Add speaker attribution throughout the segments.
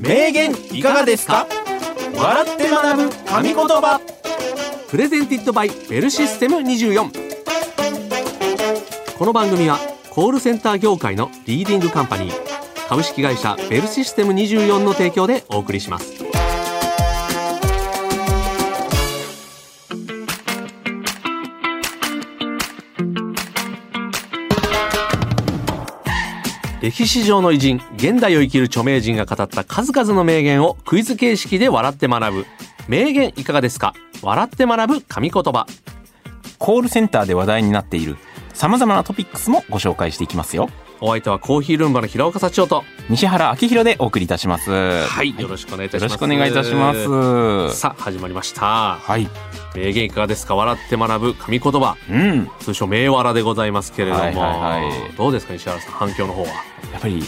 Speaker 1: 名言いかがですか笑って学ぶ神言葉
Speaker 2: プレゼンティッドバイベルシステム24この番組はコールセンター業界のリーディングカンパニー株式会社ベルシステム24の提供でお送りします歴史上の偉人現代を生きる著名人が語った数々の名言をクイズ形式で笑って学ぶ名言いかがですか笑って学ぶ神言葉
Speaker 1: コールセンターで話題になっている様々なトピックスもご紹介していきますよ
Speaker 2: お相手はコーヒールンバの平岡幸男と
Speaker 1: 西原明宏でお送りいたしますは
Speaker 2: はい、よろしくお願いいたしま
Speaker 1: よろ
Speaker 2: す。
Speaker 1: しくお願いいたします
Speaker 2: さあ、始まりました。
Speaker 1: はい
Speaker 2: 名言いかがですか笑って学ぶ神言葉。
Speaker 1: うん
Speaker 2: 通称、名笑でございますけれども。
Speaker 1: はいはいはい
Speaker 2: どうですか、石原さん、反響の方は。
Speaker 1: やっぱり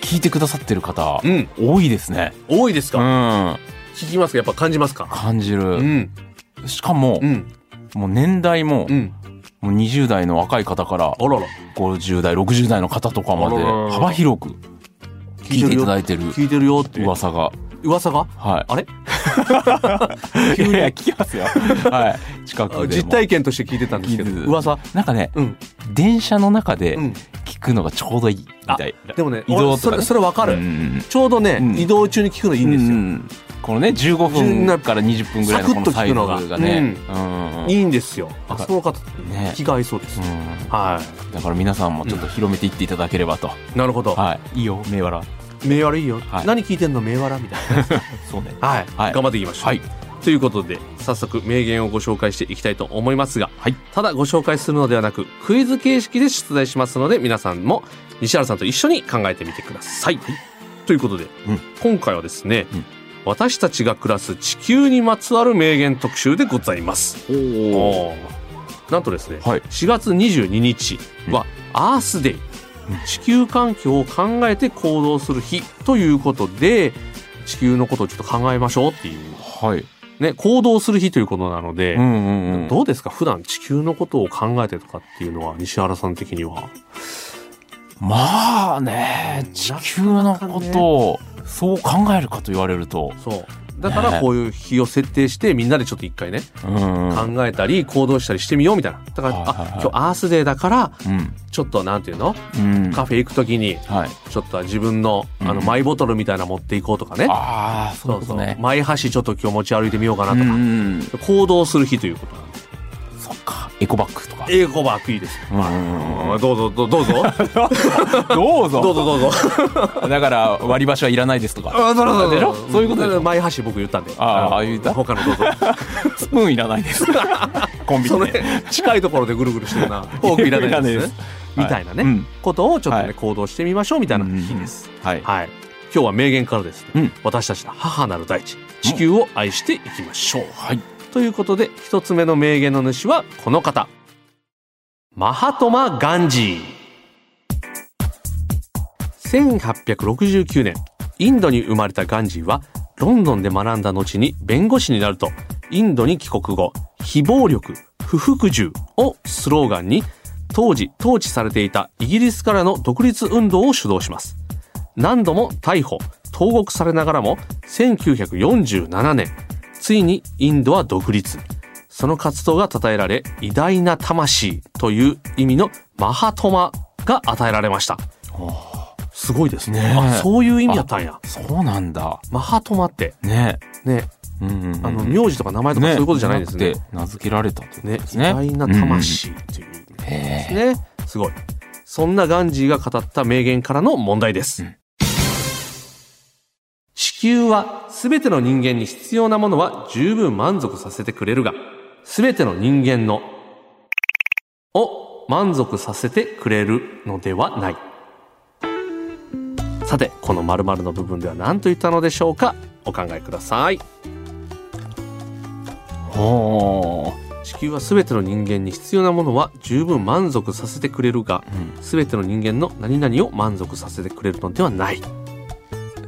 Speaker 1: 聞いてくださってる方
Speaker 2: うん。
Speaker 1: 多いですね
Speaker 2: 多いです
Speaker 1: う
Speaker 2: か、
Speaker 1: ん
Speaker 2: 聞きますかやっぱ感じますか
Speaker 1: 感じ
Speaker 2: う
Speaker 1: る
Speaker 2: ん。
Speaker 1: しかも
Speaker 2: うん。
Speaker 1: もう年代も
Speaker 2: うん。
Speaker 1: もう20代の若い方から
Speaker 2: あらら。
Speaker 1: 50代60代の方とかまで
Speaker 2: あららら
Speaker 1: 幅広く聞いていただいてる
Speaker 2: 聞いてるよって。
Speaker 1: 噂が
Speaker 2: 噂が
Speaker 1: はい
Speaker 2: あれ
Speaker 1: いやいや、聞き ますよ。はい。近くでも。
Speaker 2: 実体験として聞いてたんですけど。
Speaker 1: 聞いてた
Speaker 2: 噂
Speaker 1: なんかね、
Speaker 2: うん。
Speaker 1: 電車の中で
Speaker 2: うん。
Speaker 1: 聞くのがちょうどいいみたい。
Speaker 2: でもね、
Speaker 1: 移動
Speaker 2: 俺
Speaker 1: と
Speaker 2: そ
Speaker 1: かね
Speaker 2: れ、それわかる、
Speaker 1: うん
Speaker 2: ちょうどね、
Speaker 1: うん
Speaker 2: 移動中に聞くのいいんですよ。
Speaker 1: このね、15分から20分ぐらいのこのサイズがね。うん
Speaker 2: いいんですよ。あ、
Speaker 1: わかる
Speaker 2: その方、
Speaker 1: ね
Speaker 2: 気が合いそうです。
Speaker 1: う
Speaker 2: は
Speaker 1: んだから皆さんもちょっと広めていっていただければと。
Speaker 2: い。なるほど。
Speaker 1: はい。いいよ、銘柄。
Speaker 2: 名笑いいよ、
Speaker 1: はい
Speaker 2: 何聞いてんの名笑みたい
Speaker 1: そうね。
Speaker 2: な、はい
Speaker 1: はい
Speaker 2: 頑張っていきましょう、
Speaker 1: はい
Speaker 2: ということで早速名言をご紹介していきたいと思いますが、
Speaker 1: はい
Speaker 2: ただご紹介するのではなくクイズ形式で出題しますので皆さんも西原さんと一緒に考えてみてください、ということで、
Speaker 1: うん
Speaker 2: 今回はですね、
Speaker 1: うん
Speaker 2: 私たちが暮らす地球にまつわる名言特集でございます
Speaker 1: おー。
Speaker 2: おーなんとですね、
Speaker 1: はい
Speaker 2: 4月22日はアースデイ、地球環境を考えて行動する日ということで地球のことをちょっと考えましょうっていう、
Speaker 1: はい。
Speaker 2: ね、行動する日ということなので、
Speaker 1: うんうんうん。
Speaker 2: どうですか普段地球のことを考えてとかっていうのは西原さん的には
Speaker 1: まあね、地球のことを、そう考えるかと言われると。
Speaker 2: そうだからこういう日を設定してみんなでちょっと一回ね
Speaker 1: うんうん。
Speaker 2: 考えたり行動したりしてみようみたいなだから、
Speaker 1: はいはいはい
Speaker 2: あ今日アースデーだから
Speaker 1: うん。
Speaker 2: ちょっとなんていうの
Speaker 1: うん。
Speaker 2: カフェ行く時に
Speaker 1: はい。
Speaker 2: ちょっとは自分のあの
Speaker 1: うん
Speaker 2: マイボトルみたいなの持っていこうとかね、
Speaker 1: ああ、そう
Speaker 2: そう
Speaker 1: です
Speaker 2: そう
Speaker 1: ね。
Speaker 2: マイ箸ちょっと今日持ち歩いてみようかなとか、
Speaker 1: ん、
Speaker 2: 行動する日ということなんで
Speaker 1: そっか。エコバッグとか。
Speaker 2: 英語バークいいですね
Speaker 1: うん
Speaker 2: どうぞどうどう ぞ
Speaker 1: どうぞ
Speaker 2: どうぞどうぞ
Speaker 1: だから割り箸はいらないですとか。
Speaker 2: あそう
Speaker 1: でしょそういうことでしょ
Speaker 2: 前箸僕言ったんで
Speaker 1: あああ言った
Speaker 2: 他のどうぞ
Speaker 1: スプーンいらないです。 コンビ
Speaker 2: そ
Speaker 1: ニ
Speaker 2: れ
Speaker 1: で。
Speaker 2: 近いところでぐるぐるしてるなフォークいらないですねみたいなね、
Speaker 1: うん
Speaker 2: ことをちょっとね、
Speaker 1: はい
Speaker 2: 行動してみましょうみたいな日です、
Speaker 1: はい。
Speaker 2: はい今日は名言からですね、
Speaker 1: うん
Speaker 2: 私たちの母なる大地地球を愛していきましょう、
Speaker 1: はい。
Speaker 2: ということで一つ目の名言の主はこの方マハトマ・ガンジー1869年インドに生まれたガンジーはロンドンで学んだ後に弁護士になるとインドに帰国後非暴力不服従をスローガンに当時統治されていたイギリスからの独立運動を主導します何度も逮捕投獄されながらも1947年ついにインドは独立その活動が称えられ偉大な魂という意味のマハトマが与えられましたすごいですね
Speaker 1: ねえ
Speaker 2: あそういう意味だったんや
Speaker 1: そうなんだ。
Speaker 2: マハトマって
Speaker 1: ね。
Speaker 2: ね
Speaker 1: うんうんうん。
Speaker 2: あの名字とか名前とかそういうことじゃないんですね
Speaker 1: ねじゃなくて名付けられたってこと
Speaker 2: ね
Speaker 1: です
Speaker 2: 偉
Speaker 1: ね。
Speaker 2: 大な魂という意味
Speaker 1: うん。へえ。
Speaker 2: ねすごいそんなガンジーが語った名言からの問題です、
Speaker 1: うん
Speaker 2: 地球は全ての人間に必要なものは十分満足させてくれるが全ての人間のを満足させてくれるのではないさてこの〇〇の部分では何と言ったのでしょうかお考えください
Speaker 1: おー
Speaker 2: 地球は全ての人間に必要なものは十分満足させてくれるが、全ての人間の何々を満足させてくれるのではない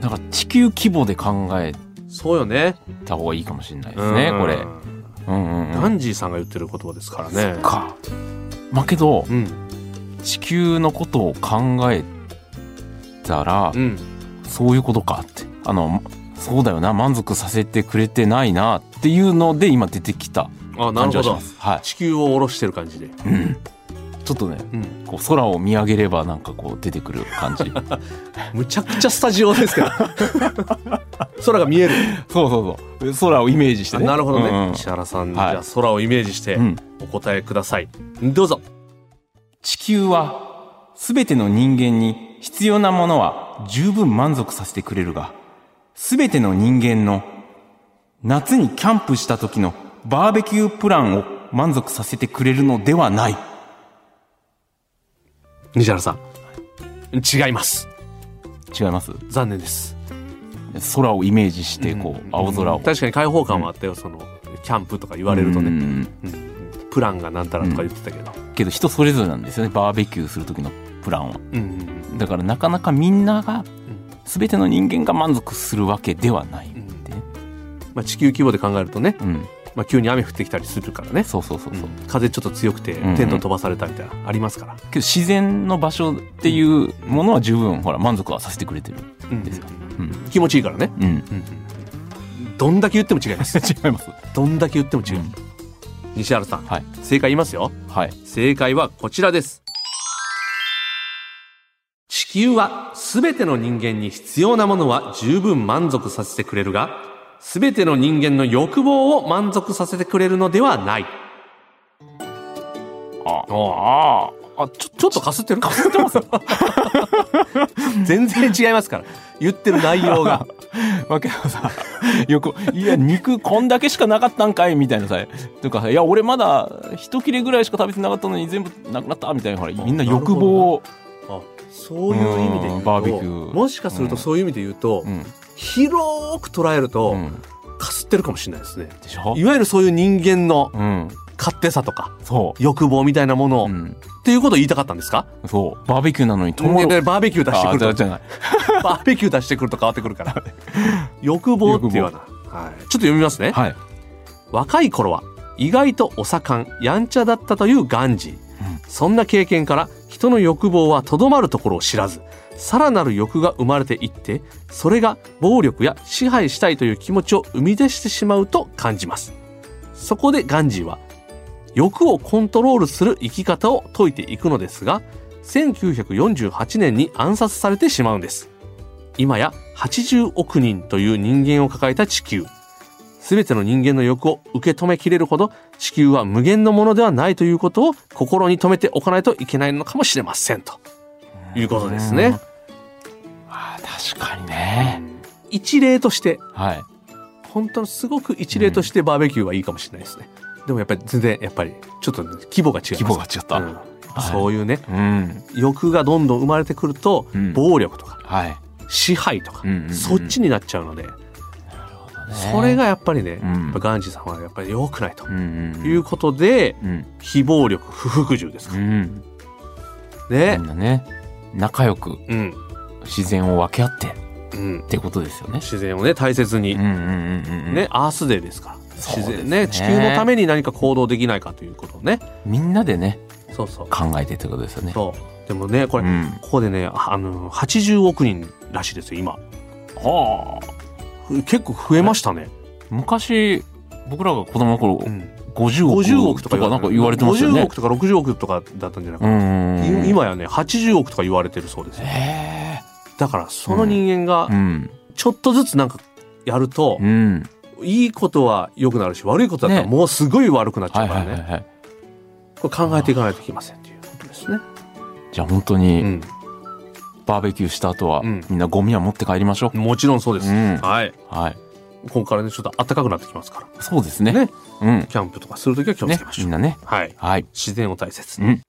Speaker 1: なんか地球規模で考え
Speaker 2: そうよね
Speaker 1: た方がいいかもしれないですね。
Speaker 2: うん
Speaker 1: これ。うんうんうん。
Speaker 2: ガンジーさんが言ってる言葉ですからね
Speaker 1: か。まあけど。
Speaker 2: うん
Speaker 1: 地球のことを考えたら
Speaker 2: うん
Speaker 1: そういうことかってあのそうだよな満足させてくれてないなっていうので今出てきた
Speaker 2: あな
Speaker 1: 感
Speaker 2: る
Speaker 1: じは
Speaker 2: ほど
Speaker 1: します。はい、
Speaker 2: 地球を下ろしてる感じで、
Speaker 1: うん、ちょっとね
Speaker 2: うん、
Speaker 1: こう空を見上げればなんかこう出てくる感じそう
Speaker 2: むちゃくちゃスタジオですけど 空が見える、
Speaker 1: そうそう空をイメージして
Speaker 2: あ
Speaker 1: ね
Speaker 2: なるほどね、
Speaker 1: うんうん
Speaker 2: 石原さん、
Speaker 1: はい
Speaker 2: じゃあ空をイメージして
Speaker 1: うん
Speaker 2: お答えください、どうぞ
Speaker 1: 地球は全ての人間に必要なものは十分満足させてくれるが、全ての人間の夏にキャンプした時のバーベキュープランを満足させてくれるのではない。
Speaker 2: 西原さん違います
Speaker 1: 違います
Speaker 2: 残念です
Speaker 1: 空をイメージして、こう、青空を。
Speaker 2: 確かに開放感はあったよそのキャンプとか言われるとね、
Speaker 1: ね。
Speaker 2: うんプランがなんたらとか言ってたけど、
Speaker 1: けど人それぞれなんですよね、バーベキューする時のプランは。
Speaker 2: うんうん
Speaker 1: だからなかなかみんなが、全ての人間が満足するわけではないってね。
Speaker 2: まあ、地球規模で考えるとね、
Speaker 1: うん。
Speaker 2: まあ、急に雨降ってきたりするからね、
Speaker 1: そうそうそうそう。
Speaker 2: うん風ちょっと強くて
Speaker 1: んうん
Speaker 2: テント飛ばされたみたいな、ありますから、
Speaker 1: けど自然の場所っていうものは十分ほら満足はさせてくれてるんですよ。うん。
Speaker 2: 気持ちいいからね、
Speaker 1: うん。違い
Speaker 2: どんだけ言っても違い ます
Speaker 1: ます。
Speaker 2: どんだけ言っても違う、
Speaker 1: うん
Speaker 2: 西原さん、
Speaker 1: はい。
Speaker 2: 正解言いますよ
Speaker 1: はい。
Speaker 2: 正解はこちらです地球は全ての人間に必要なものは十分満足させてくれるが全ての人間の欲望を満足させてくれるのではない
Speaker 1: あ
Speaker 2: ああちょちょっとかすってるかすってます 全然違いますから言ってる内容が
Speaker 1: わけはさ、よく、いや、肉こんだけしかなかったんかいみたいなさ、とかさ、いや、俺まだ一切れぐらいしか食べてなかったのに全部なくなったみたいな、ほら、みんな欲望を、
Speaker 2: あそういう意味で言う
Speaker 1: うん
Speaker 2: と
Speaker 1: バーベキュー
Speaker 2: もしかすると
Speaker 1: うん
Speaker 2: そういう意味で言うと、
Speaker 1: うん。
Speaker 2: 広く捉えると、
Speaker 1: うん。
Speaker 2: かすってるかもしれないですね
Speaker 1: でしょ
Speaker 2: いわゆるそういう人間の
Speaker 1: うん。
Speaker 2: 勝手さとか
Speaker 1: そ
Speaker 2: 欲望みたいなものを、
Speaker 1: う。う
Speaker 2: っ
Speaker 1: ん。
Speaker 2: ていうことを言いたかったんですか
Speaker 1: そう。バーベキューなのにトウモロ
Speaker 2: でバーベキュー出して
Speaker 1: あ
Speaker 2: く
Speaker 1: じゃ
Speaker 2: る
Speaker 1: じゃない。
Speaker 2: とバーベキュー出してくると変わってくるから 欲望っていうような、はい、ちょっと読みますね、
Speaker 1: はい。
Speaker 2: 若い頃は意外とお盛んやんちゃだったというガンジー、そんな経験から人の欲望はとどまるところを知らずさらなる欲が生まれていってそれが暴力や支配したいという気持ちを生み出してしまうと感じますそこでガンジーは欲をコントロールする生き方を説いていくのですが1948年に暗殺されてしまうんです今や80億人という人間を抱えた地球全ての人間の欲を受け止めきれるほど地球は無限のものではないということを心に留めておかないといけないのかもしれませんということです
Speaker 1: うん
Speaker 2: ね。
Speaker 1: あー確かにね。
Speaker 2: 一例として
Speaker 1: はい。
Speaker 2: 本当にすごく一例としてバーベキューはいいかもしれないですね。でもやっぱり全然やっぱりちょっと規模が違います
Speaker 1: 規模が違った。
Speaker 2: うんそういうね
Speaker 1: うん。
Speaker 2: 欲がどんどん生まれてくると
Speaker 1: うん
Speaker 2: 暴力とか
Speaker 1: はい。
Speaker 2: 支配とか
Speaker 1: うんうんうん
Speaker 2: そっちになっちゃうのでそれ
Speaker 1: が、
Speaker 2: がやっぱりね
Speaker 1: うん
Speaker 2: やっぱガンジーさんはやっぱり良くないと
Speaker 1: うんうんうん、
Speaker 2: いうことで
Speaker 1: うん、
Speaker 2: 非暴力不服従です
Speaker 1: う
Speaker 2: か
Speaker 1: ん、み
Speaker 2: ね
Speaker 1: ん。なね仲良く
Speaker 2: うん
Speaker 1: 自然を分け合ってっ
Speaker 2: うん、
Speaker 1: てことですよね。
Speaker 2: 自然をね大切に、
Speaker 1: うんうんうんうん、
Speaker 2: ね、アースデーですから
Speaker 1: そうで
Speaker 2: 自
Speaker 1: すね
Speaker 2: 然ね地球のために何か行動できないかということをね
Speaker 1: みんなでね
Speaker 2: そうそう
Speaker 1: 考えてってことですよね。
Speaker 2: そうでもねこれ、
Speaker 1: うん
Speaker 2: ここでねああの80億人らしいですよ今
Speaker 1: はあ
Speaker 2: ふ結構増えましたね、
Speaker 1: 昔僕らが子供の頃、
Speaker 2: うん、
Speaker 1: 50億
Speaker 2: 50億とか
Speaker 1: なんか言われてましたよ
Speaker 2: 50
Speaker 1: ね
Speaker 2: 億。とか60億とかだったんじゃなく
Speaker 1: う
Speaker 2: て、
Speaker 1: んうんうん、
Speaker 2: い今やね80億とか言われてるそうですよ
Speaker 1: へ
Speaker 2: だからその人間
Speaker 1: えう
Speaker 2: が
Speaker 1: ん
Speaker 2: ちょっとずつなんかやると
Speaker 1: う、ん
Speaker 2: いいことは良くなるし悪いことだったら
Speaker 1: ね
Speaker 2: もうすごい悪くなっちゃ
Speaker 1: は
Speaker 2: う
Speaker 1: い
Speaker 2: か
Speaker 1: は
Speaker 2: ら
Speaker 1: い
Speaker 2: ね
Speaker 1: はいはい。
Speaker 2: これ考えていかないといけませんっていうことですね。
Speaker 1: じゃあ本当に、
Speaker 2: うん、
Speaker 1: バーベキューした後は、
Speaker 2: うん
Speaker 1: みんなゴミは持って帰りましょう。
Speaker 2: もちろんそうです。
Speaker 1: うん
Speaker 2: はい。
Speaker 1: はい。
Speaker 2: ここからね、ちょっと暖かくなってきますから。
Speaker 1: そうですね。
Speaker 2: ね
Speaker 1: うん。
Speaker 2: キャンプとかするときは気をつ
Speaker 1: ね
Speaker 2: けま、しょ
Speaker 1: み
Speaker 2: う。
Speaker 1: んなね。
Speaker 2: はい。
Speaker 1: はい。
Speaker 2: 自然を大切に。
Speaker 1: うん。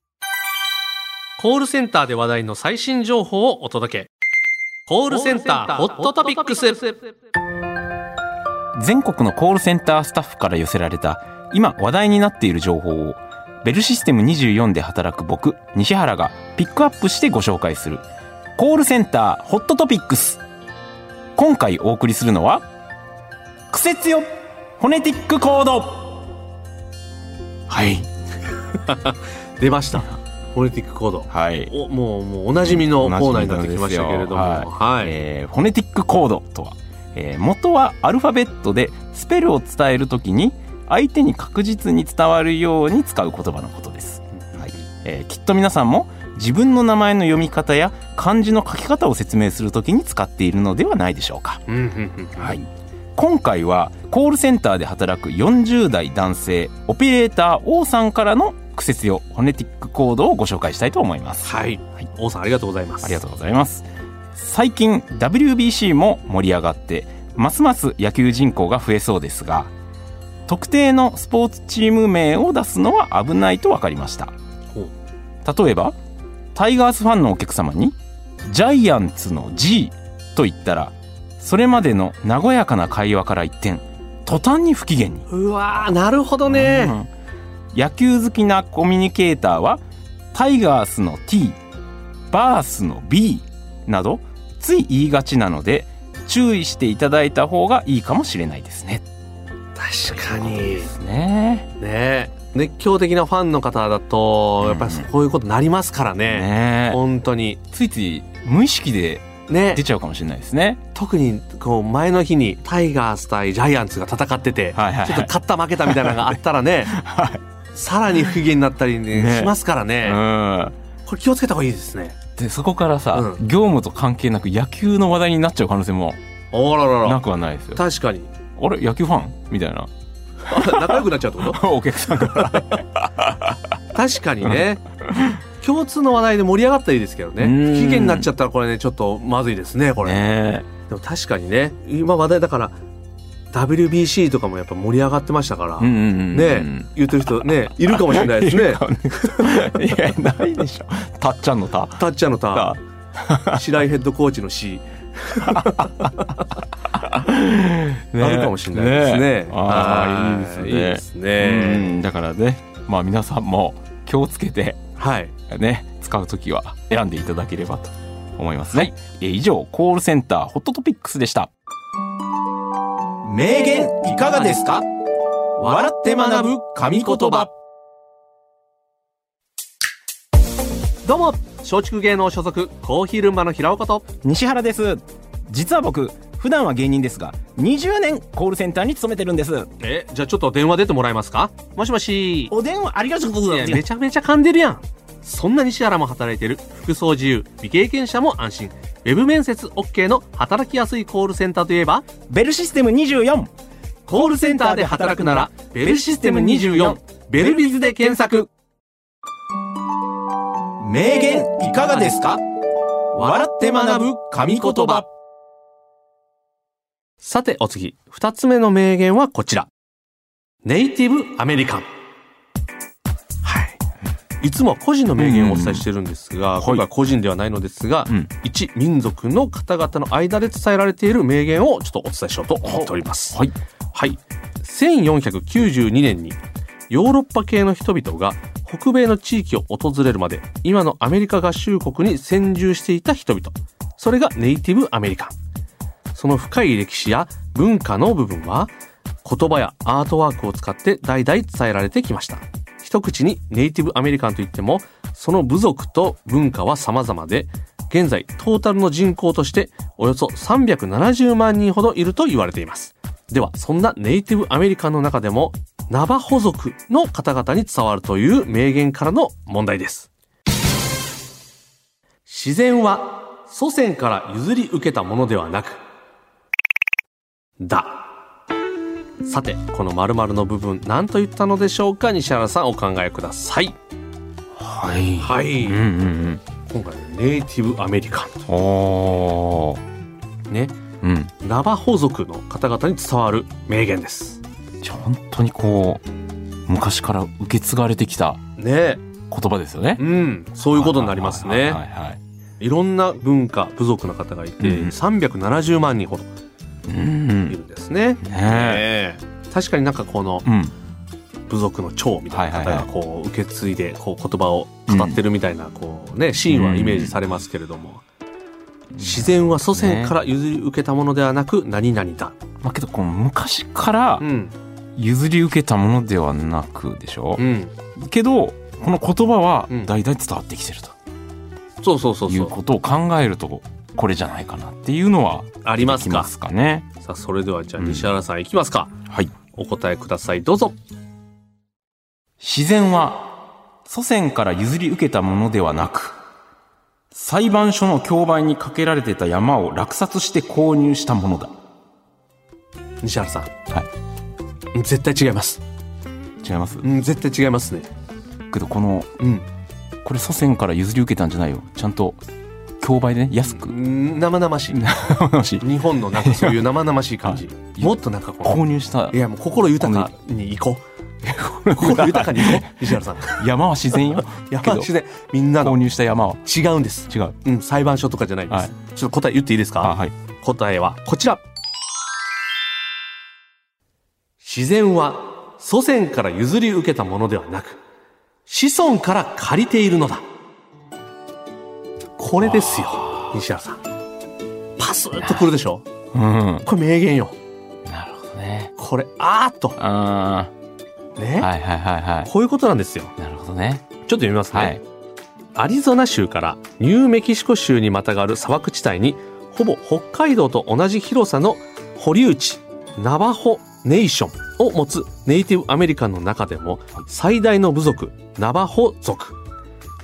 Speaker 2: コールセンターで話題の最新情報をお届け。コールセンターホットトピックス。
Speaker 1: 全国のコールセンタースタッフから寄せられた今話題になっている情報をベルシステム24で働く僕西原がピックアップしてご紹介するコールセンターホットトピックス今回お送りするのはクセ強フォネティックコードはい
Speaker 2: 出ました。フォネティックコード。
Speaker 1: はい
Speaker 2: おもう、もうおなじみのコ
Speaker 1: おなじみ
Speaker 2: ーナーになってきましたけれども。
Speaker 1: なん
Speaker 2: は
Speaker 1: です
Speaker 2: い
Speaker 1: よ。えーフォネティックコードとは、えー元はアルファベットでスペルを伝えるときに相手に確実に伝わるように使う言葉のことです、はいえーきっと皆さんも自分の名前の読み方や漢字の書き方を説明するときに使っているのではないでしょうか
Speaker 2: うんうんうん
Speaker 1: はい、今回はコールセンターで働く40代男性オペレーター王さんからのクセ強フォネティックコードをご紹介したいと思います。
Speaker 2: はい。
Speaker 1: はい
Speaker 2: 王さん、ありがとうございます。
Speaker 1: ありがとうございます最近 WBC も盛り上がってますます野球人口が増えそうですが特定のスポーツチーム名を出すのは危ないと分かりました
Speaker 2: ほう
Speaker 1: 例えばタイガースファンのお客様に「ジャイアンツの G」と言ったらそれまでの和やかな会話から一転途端に不機嫌に
Speaker 2: うわー、なるほどね。
Speaker 1: うん野球好きなコミュニケーターはタイガースの T バースの B などつい言いがちなので注意していただいた方がいいかもしれないですね。
Speaker 2: 確かに。
Speaker 1: ね
Speaker 2: ね熱狂的なファンの方だと、やっぱりそういうことになりますから
Speaker 1: え
Speaker 2: ね。
Speaker 1: ねえ
Speaker 2: 本当に。
Speaker 1: ついつい無意識で
Speaker 2: ね
Speaker 1: 出ちゃうかもしれないですね。
Speaker 2: 特に、こう、前の日にタイガース対ジャイアンツが戦ってて、
Speaker 1: はいはいはい
Speaker 2: ちょっと勝った負けたみたいなのがあったら ね、さらに不機嫌になったりね
Speaker 1: ね
Speaker 2: しますからね、
Speaker 1: うん、
Speaker 2: これ気をつけた方がいいですね。
Speaker 1: でそこからさ、
Speaker 2: う
Speaker 1: 業務と関係なく野球の話題になっちゃう可能性も
Speaker 2: おららら
Speaker 1: なくはないですよ。
Speaker 2: 確かに。
Speaker 1: あれ野球ファンみ たいな
Speaker 2: あ仲良くなっちゃうってこと
Speaker 1: お客さんから
Speaker 2: 確かにね。共通の話題で盛り上がったらいいですけどね。
Speaker 1: うん
Speaker 2: 不機嫌になっちゃったらこれね、ちょっとまずいですね、これ。
Speaker 1: ね
Speaker 2: でも確かにね、今話題だから、WBC とかもやっぱ盛り上がってましたから、
Speaker 1: え。うんうんうん、
Speaker 2: ね言ってる人ね、いるかもしれないです ね。
Speaker 1: いや、ないでしょ。たっちゃんのた。
Speaker 2: タッチャーのタ
Speaker 1: た
Speaker 2: 白井ヘッドコーチの C。
Speaker 1: ね
Speaker 2: あるかもしれないですね。
Speaker 1: あ
Speaker 2: は
Speaker 1: あ、いい
Speaker 2: いい
Speaker 1: で
Speaker 2: ですす
Speaker 1: ね。
Speaker 2: ね。
Speaker 1: うん、だからね、まあ、皆さんも気をつけて、
Speaker 2: はい。
Speaker 1: ね、使うときは選んでいただければと思いますね。え以上、コールセンターホットトピックスでした。名言いかがですか笑って学ぶ神言葉。
Speaker 2: どうも、松竹芸能所属、コーヒールンバの平岡と、
Speaker 1: 西原です。実は僕、普段は芸人ですが、20年コールセンターに勤めてるんです。
Speaker 2: え、じゃあちょっと電話出てもらえますかもしもし。
Speaker 1: お電話ありがとうござい
Speaker 2: い
Speaker 1: ま
Speaker 2: や
Speaker 1: す。
Speaker 2: めちゃめちゃ噛んでるやんそんな西原も働いてる服装自由未経験者も安心ウェブ面接 OK の働きやすいコールセンターといえば
Speaker 1: ベルシステム24
Speaker 2: コールセンターで働くならベルシステム24ベルビズで検索
Speaker 1: 名言いかがですか笑って学ぶ神言葉
Speaker 2: さてお次二つ目の名言はこちらネイティブアメリカンはいいつもは個人の名言をお伝えしてるんですが、
Speaker 1: い
Speaker 2: 今回は個人ではないのですが、
Speaker 1: うん
Speaker 2: 一民族の方々の間で伝えられている名言をちょっとお伝えしようと思っております。
Speaker 1: はい
Speaker 2: はい。1492年にヨーロッパ系の人々が北米の地域を訪れるまで今のアメリカ合衆国に先住していた人々。それがネイティブアメリカン。その深い歴史や文化の部分は言葉やアートワークを使って代々伝えられてきました。一口にネイティブアメリカンといってもその部族と文化は様々で現在トータルの人口としておよそ370万人ほどいると言われています。ではそんなネイティブアメリカンの中でもナバホ族の方々に伝わるという名言からの問題です。自然は祖先から譲り受けたものではなく、だ。さて、この〇〇の部分、何と言ったのでしょうか西原さん、お考えください。
Speaker 1: はい
Speaker 2: はい
Speaker 1: うんうん
Speaker 2: 今回、ネイティブアメリカン
Speaker 1: うんおー
Speaker 2: とね、
Speaker 1: うん
Speaker 2: ナバホ族の方々に伝わる名言です。
Speaker 1: じゃあ本当にこう昔から受け継がれてきた
Speaker 2: ね
Speaker 1: 言葉ですよね
Speaker 2: うん、そういうことになります
Speaker 1: はいは
Speaker 2: ね。
Speaker 1: いはい
Speaker 2: いろんな文化、部族の方がいて、
Speaker 1: うん
Speaker 2: 370万人ほど
Speaker 1: うん
Speaker 2: いるんですね。
Speaker 1: ねえ
Speaker 2: ね確かになんかこの
Speaker 1: うん
Speaker 2: 部族の長みたいな方
Speaker 1: はい
Speaker 2: が
Speaker 1: は
Speaker 2: こう受け継いでこう言葉を語ってるみたいなこうねシーンはイメージされますけれども自然は祖先から譲り受けたものではなく何々だ、
Speaker 1: まあけどこう昔から
Speaker 2: うん
Speaker 1: 譲り受けたものではなくでしょ
Speaker 2: うん
Speaker 1: けどこの言葉は
Speaker 2: うん
Speaker 1: 代々伝わってきてる
Speaker 2: そうそうそ
Speaker 1: と
Speaker 2: う
Speaker 1: い
Speaker 2: そうう
Speaker 1: ことを考えるとこれじゃないかなっていうのは
Speaker 2: ありま
Speaker 1: き
Speaker 2: す
Speaker 1: ま
Speaker 2: か
Speaker 1: すかね。
Speaker 2: さあそれではじゃあ
Speaker 1: うん
Speaker 2: 西原さんいきますか、
Speaker 1: はい
Speaker 2: お答えくださいどうぞ
Speaker 1: 自然は祖先から譲り受けたものではなく裁判所の競売にかけられてた山を落札して購入したものだ。
Speaker 2: 西原さん
Speaker 1: はい
Speaker 2: 絶対違います
Speaker 1: 違います
Speaker 2: うん絶対違いますね
Speaker 1: けどこの
Speaker 2: うん
Speaker 1: これ祖先から譲り受けたんじゃないよちゃんと競売でね安 く
Speaker 2: うん生々しい
Speaker 1: もし
Speaker 2: 日本のなんかそう いう生々しい感じもっとなんかこ
Speaker 1: 購入した
Speaker 2: ういやもう心豊かに行こう心豊かに行こ う西原さん
Speaker 1: 山は自然よ
Speaker 2: 山
Speaker 1: けど
Speaker 2: 梨でみんな
Speaker 1: 購
Speaker 2: の
Speaker 1: 入した山は
Speaker 2: 違うんです
Speaker 1: 違う
Speaker 2: うん裁判所とかじゃないです、
Speaker 1: はい
Speaker 2: ちょっと答え言っていいですか
Speaker 1: あはい
Speaker 2: 答えはこちら自然は祖先から譲り受けたものではなく子孫から借りているのだこれですよ西原さんパスッとくるでしょ
Speaker 1: うんなる
Speaker 2: これ名言よ
Speaker 1: ほどね
Speaker 2: これあーっと
Speaker 1: あ
Speaker 2: ね、
Speaker 1: ーはいはいはいは
Speaker 2: こういうことなんですよちょ
Speaker 1: いなるほどね
Speaker 2: っと読みますね、
Speaker 1: はい
Speaker 2: アリゾナ州からニューメキシコ州にまたがる砂漠地帯にほぼ北海道と同じ広さの保留地ナバホネーションを持つネイティブアメリカンの中でも最大の部族ナバホ族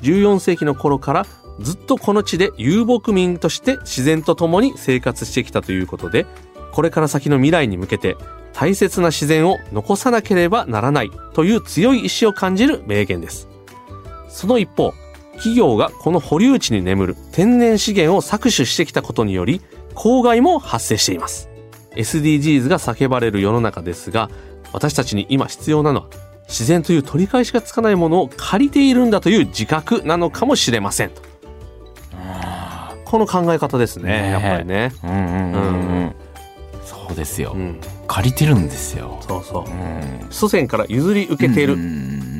Speaker 2: 14世紀の頃からずっとこの地で遊牧民として自然と共に生活してきたということでこれから先の未来に向けて大切な自然を残さなければならないという強い意志を感じる名言ですその一方企業がこの保留地に眠る天然資源を搾取してきたことにより公害も発生しています SDGs が叫ばれる世の中ですが私たちに今必要なのは自然という取り返しがつかないものを借りているんだという自覚なのかもしれませんとこの考え方ですね
Speaker 1: ねえ
Speaker 2: やっぱりね、
Speaker 1: うんうんうん
Speaker 2: う
Speaker 1: うんそうですよ
Speaker 2: うん、
Speaker 1: 借りてるんですよ
Speaker 2: そうそう
Speaker 1: うん
Speaker 2: 祖先から譲り受けている
Speaker 1: うん
Speaker 2: っ
Speaker 1: う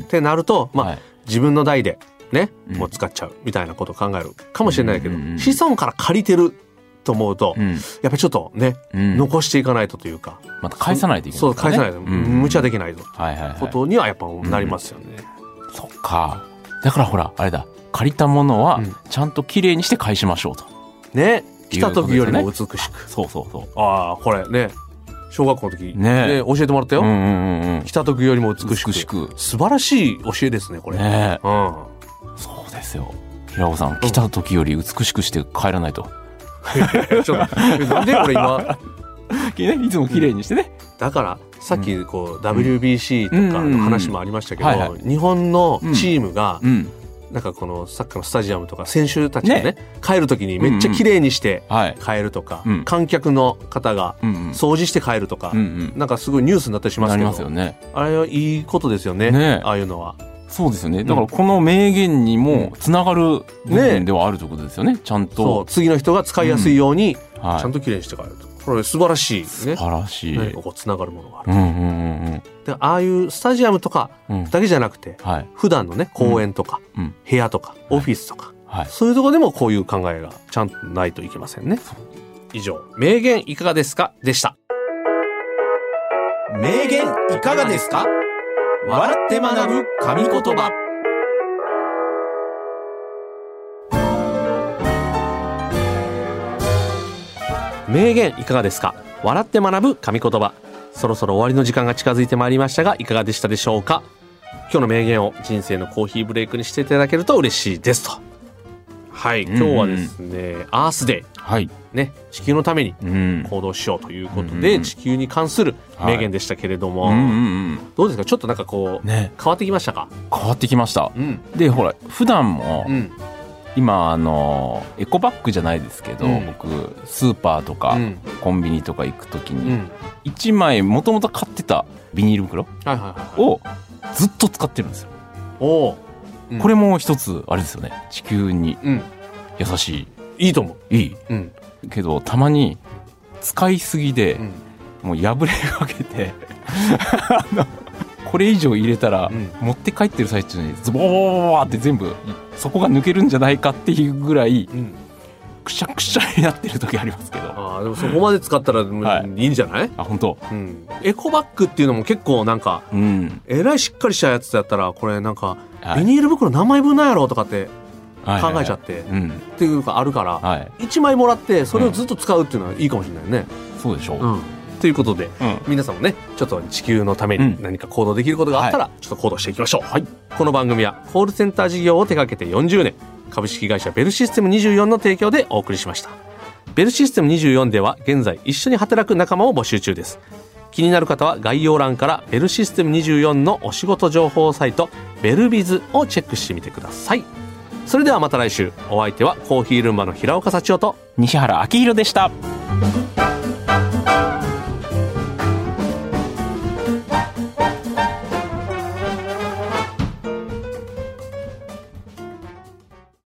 Speaker 1: ん
Speaker 2: てなると、まあ、
Speaker 1: はい
Speaker 2: 自分の代でね、
Speaker 1: うん
Speaker 2: もう使っちゃうみたいなことを考えるかもしれないけど、
Speaker 1: うんうんうん
Speaker 2: 子孫から借りてると思うと、
Speaker 1: うん
Speaker 2: やっぱりちょっとね、
Speaker 1: うん
Speaker 2: 残していかないとというか、
Speaker 1: また返さないといけない
Speaker 2: そう返さないと、
Speaker 1: と
Speaker 2: 無茶できないと、
Speaker 1: はいはいはい
Speaker 2: ことにはやっぱなりますよね。
Speaker 1: そっかだからほらあれだ借りたものは
Speaker 2: うん
Speaker 1: ちゃんと綺麗にして返しましょうと
Speaker 2: ね来た時より
Speaker 1: い
Speaker 2: も
Speaker 1: う
Speaker 2: 美
Speaker 1: こ
Speaker 2: しく。
Speaker 1: そうそうそう
Speaker 2: ああこれね小学校の時
Speaker 1: ね
Speaker 2: ね教えてもらったよ、
Speaker 1: うんうんうんうん
Speaker 2: 来た時よりも美しく
Speaker 1: 美しく
Speaker 2: 素晴らしい教えですねこれ。
Speaker 1: ねえ
Speaker 2: うん
Speaker 1: そうですよ平尾さん来た時より美しくして帰らな いと、
Speaker 2: ちょっとなんで俺今
Speaker 1: ねいつも綺麗にしてね、
Speaker 2: だからさっきこう、WBC とかの話もありましたけど、
Speaker 1: うんうんうんはい
Speaker 2: 日本のチームが、
Speaker 1: うん
Speaker 2: なんかこのサッカーのスタジアムとか選手たちがね
Speaker 1: ね
Speaker 2: 帰る時にめっちゃ綺麗にして
Speaker 1: はい
Speaker 2: 帰るとか、
Speaker 1: うん
Speaker 2: 観客の方が
Speaker 1: うんうん
Speaker 2: 掃除して帰るとか、
Speaker 1: うん
Speaker 2: なんかすごいニュースになったりし
Speaker 1: うん
Speaker 2: ます
Speaker 1: な
Speaker 2: け
Speaker 1: り
Speaker 2: ど
Speaker 1: ますよね
Speaker 2: あれはいいことですよね
Speaker 1: ねえ
Speaker 2: ああいうのは。
Speaker 1: そうですよねだからこの名言にもつながる部分ではあるということですよねちゃん
Speaker 2: そう
Speaker 1: と
Speaker 2: 次の人が使いやすいようにち
Speaker 1: はい
Speaker 2: ゃんと綺麗にして帰ると、これ素晴らしいね
Speaker 1: 素晴らしい、
Speaker 2: 何かこうつながるものがある
Speaker 1: う。んうんうん
Speaker 2: でああいうスタジアムとか
Speaker 1: うんうん
Speaker 2: だけじゃなくて
Speaker 1: はい
Speaker 2: 普段のね公園とか、
Speaker 1: うん
Speaker 2: 部屋とかオフィスとか、
Speaker 1: はい
Speaker 2: そういうところでもこういう考えがちゃんとないといけませんね。以上名言いかがですかでした。
Speaker 1: 名言いかがですか笑って学ぶ神言葉
Speaker 2: 名言いかがですか笑って学ぶ神言葉そろそろ終わりの時間が近づいてまいりましたがいかがでしたでしょうか今日の名言を人生のコーヒーブレイクにしていただけると嬉しいですとはい
Speaker 1: んう
Speaker 2: 今
Speaker 1: ん
Speaker 2: 日はですね、アースデ
Speaker 1: はい
Speaker 2: イね地球のために
Speaker 1: うん
Speaker 2: 行動しようということ
Speaker 1: うんうん
Speaker 2: で、
Speaker 1: うん
Speaker 2: 地球に関する名言でしたけれども、
Speaker 1: うんうん
Speaker 2: どうですかちょっとなんかこ
Speaker 1: う
Speaker 2: うん
Speaker 1: ね
Speaker 2: 変わってきましたか
Speaker 1: 変わってきました
Speaker 2: うん
Speaker 1: でほら普段も
Speaker 2: うん
Speaker 1: 今あのエコバッグじゃないですけど、
Speaker 2: うん
Speaker 1: 僕スーパーとか、
Speaker 2: うん
Speaker 1: コンビニとか行く時
Speaker 2: う
Speaker 1: に、
Speaker 2: ん
Speaker 1: 一1枚もともと買ってたビニール袋
Speaker 2: はいはいはいはい
Speaker 1: をずっと使ってるんですよ、
Speaker 2: おお
Speaker 1: これも一つあれですよね地球に
Speaker 2: うん
Speaker 1: 優し
Speaker 2: いいと思う
Speaker 1: いい
Speaker 2: うん
Speaker 1: いけどたまに使いすぎで、
Speaker 2: うん
Speaker 1: もう破れかけて あのこれ以上入れたら、
Speaker 2: うん
Speaker 1: 持って帰ってる最中にズボーって全部そこが抜けるんじゃないかっていうぐらい
Speaker 2: うん
Speaker 1: くしゃくしゃになってる時ありますけど
Speaker 2: ああでもそこまで使ったらもう
Speaker 1: はい
Speaker 2: いいんじゃない、
Speaker 1: あ本当
Speaker 2: うん、エコバッグっていうのも結構なんか
Speaker 1: うん
Speaker 2: えらいしっかりしたやつだったらこれなんか
Speaker 1: はい
Speaker 2: ビニール袋何枚分なんやろうとかって考えちゃってて、
Speaker 1: うん
Speaker 2: っていうかあるから
Speaker 1: はい
Speaker 2: 1枚もらってそれをずっと使うっていうのはいいかもしれないね。
Speaker 1: そうでしょう、
Speaker 2: うん、ということで
Speaker 1: うん
Speaker 2: 皆さんもねちょっと地球のため
Speaker 1: うん
Speaker 2: に何か行動できることがあったら、ちょっと行動していきましょう、この番組はコールセンター事業を手掛けて40年株式会社ベルシステム24の提供でお送りしましたベルシステム24では現在一緒に働く仲間を募集中です気になる方は概要欄からベルシステム24のお仕事情報サイトベルビズをチェックしてみてくださいそれではまた来週お相手はコーヒールンバの平岡幸男と
Speaker 1: 西原明宏でした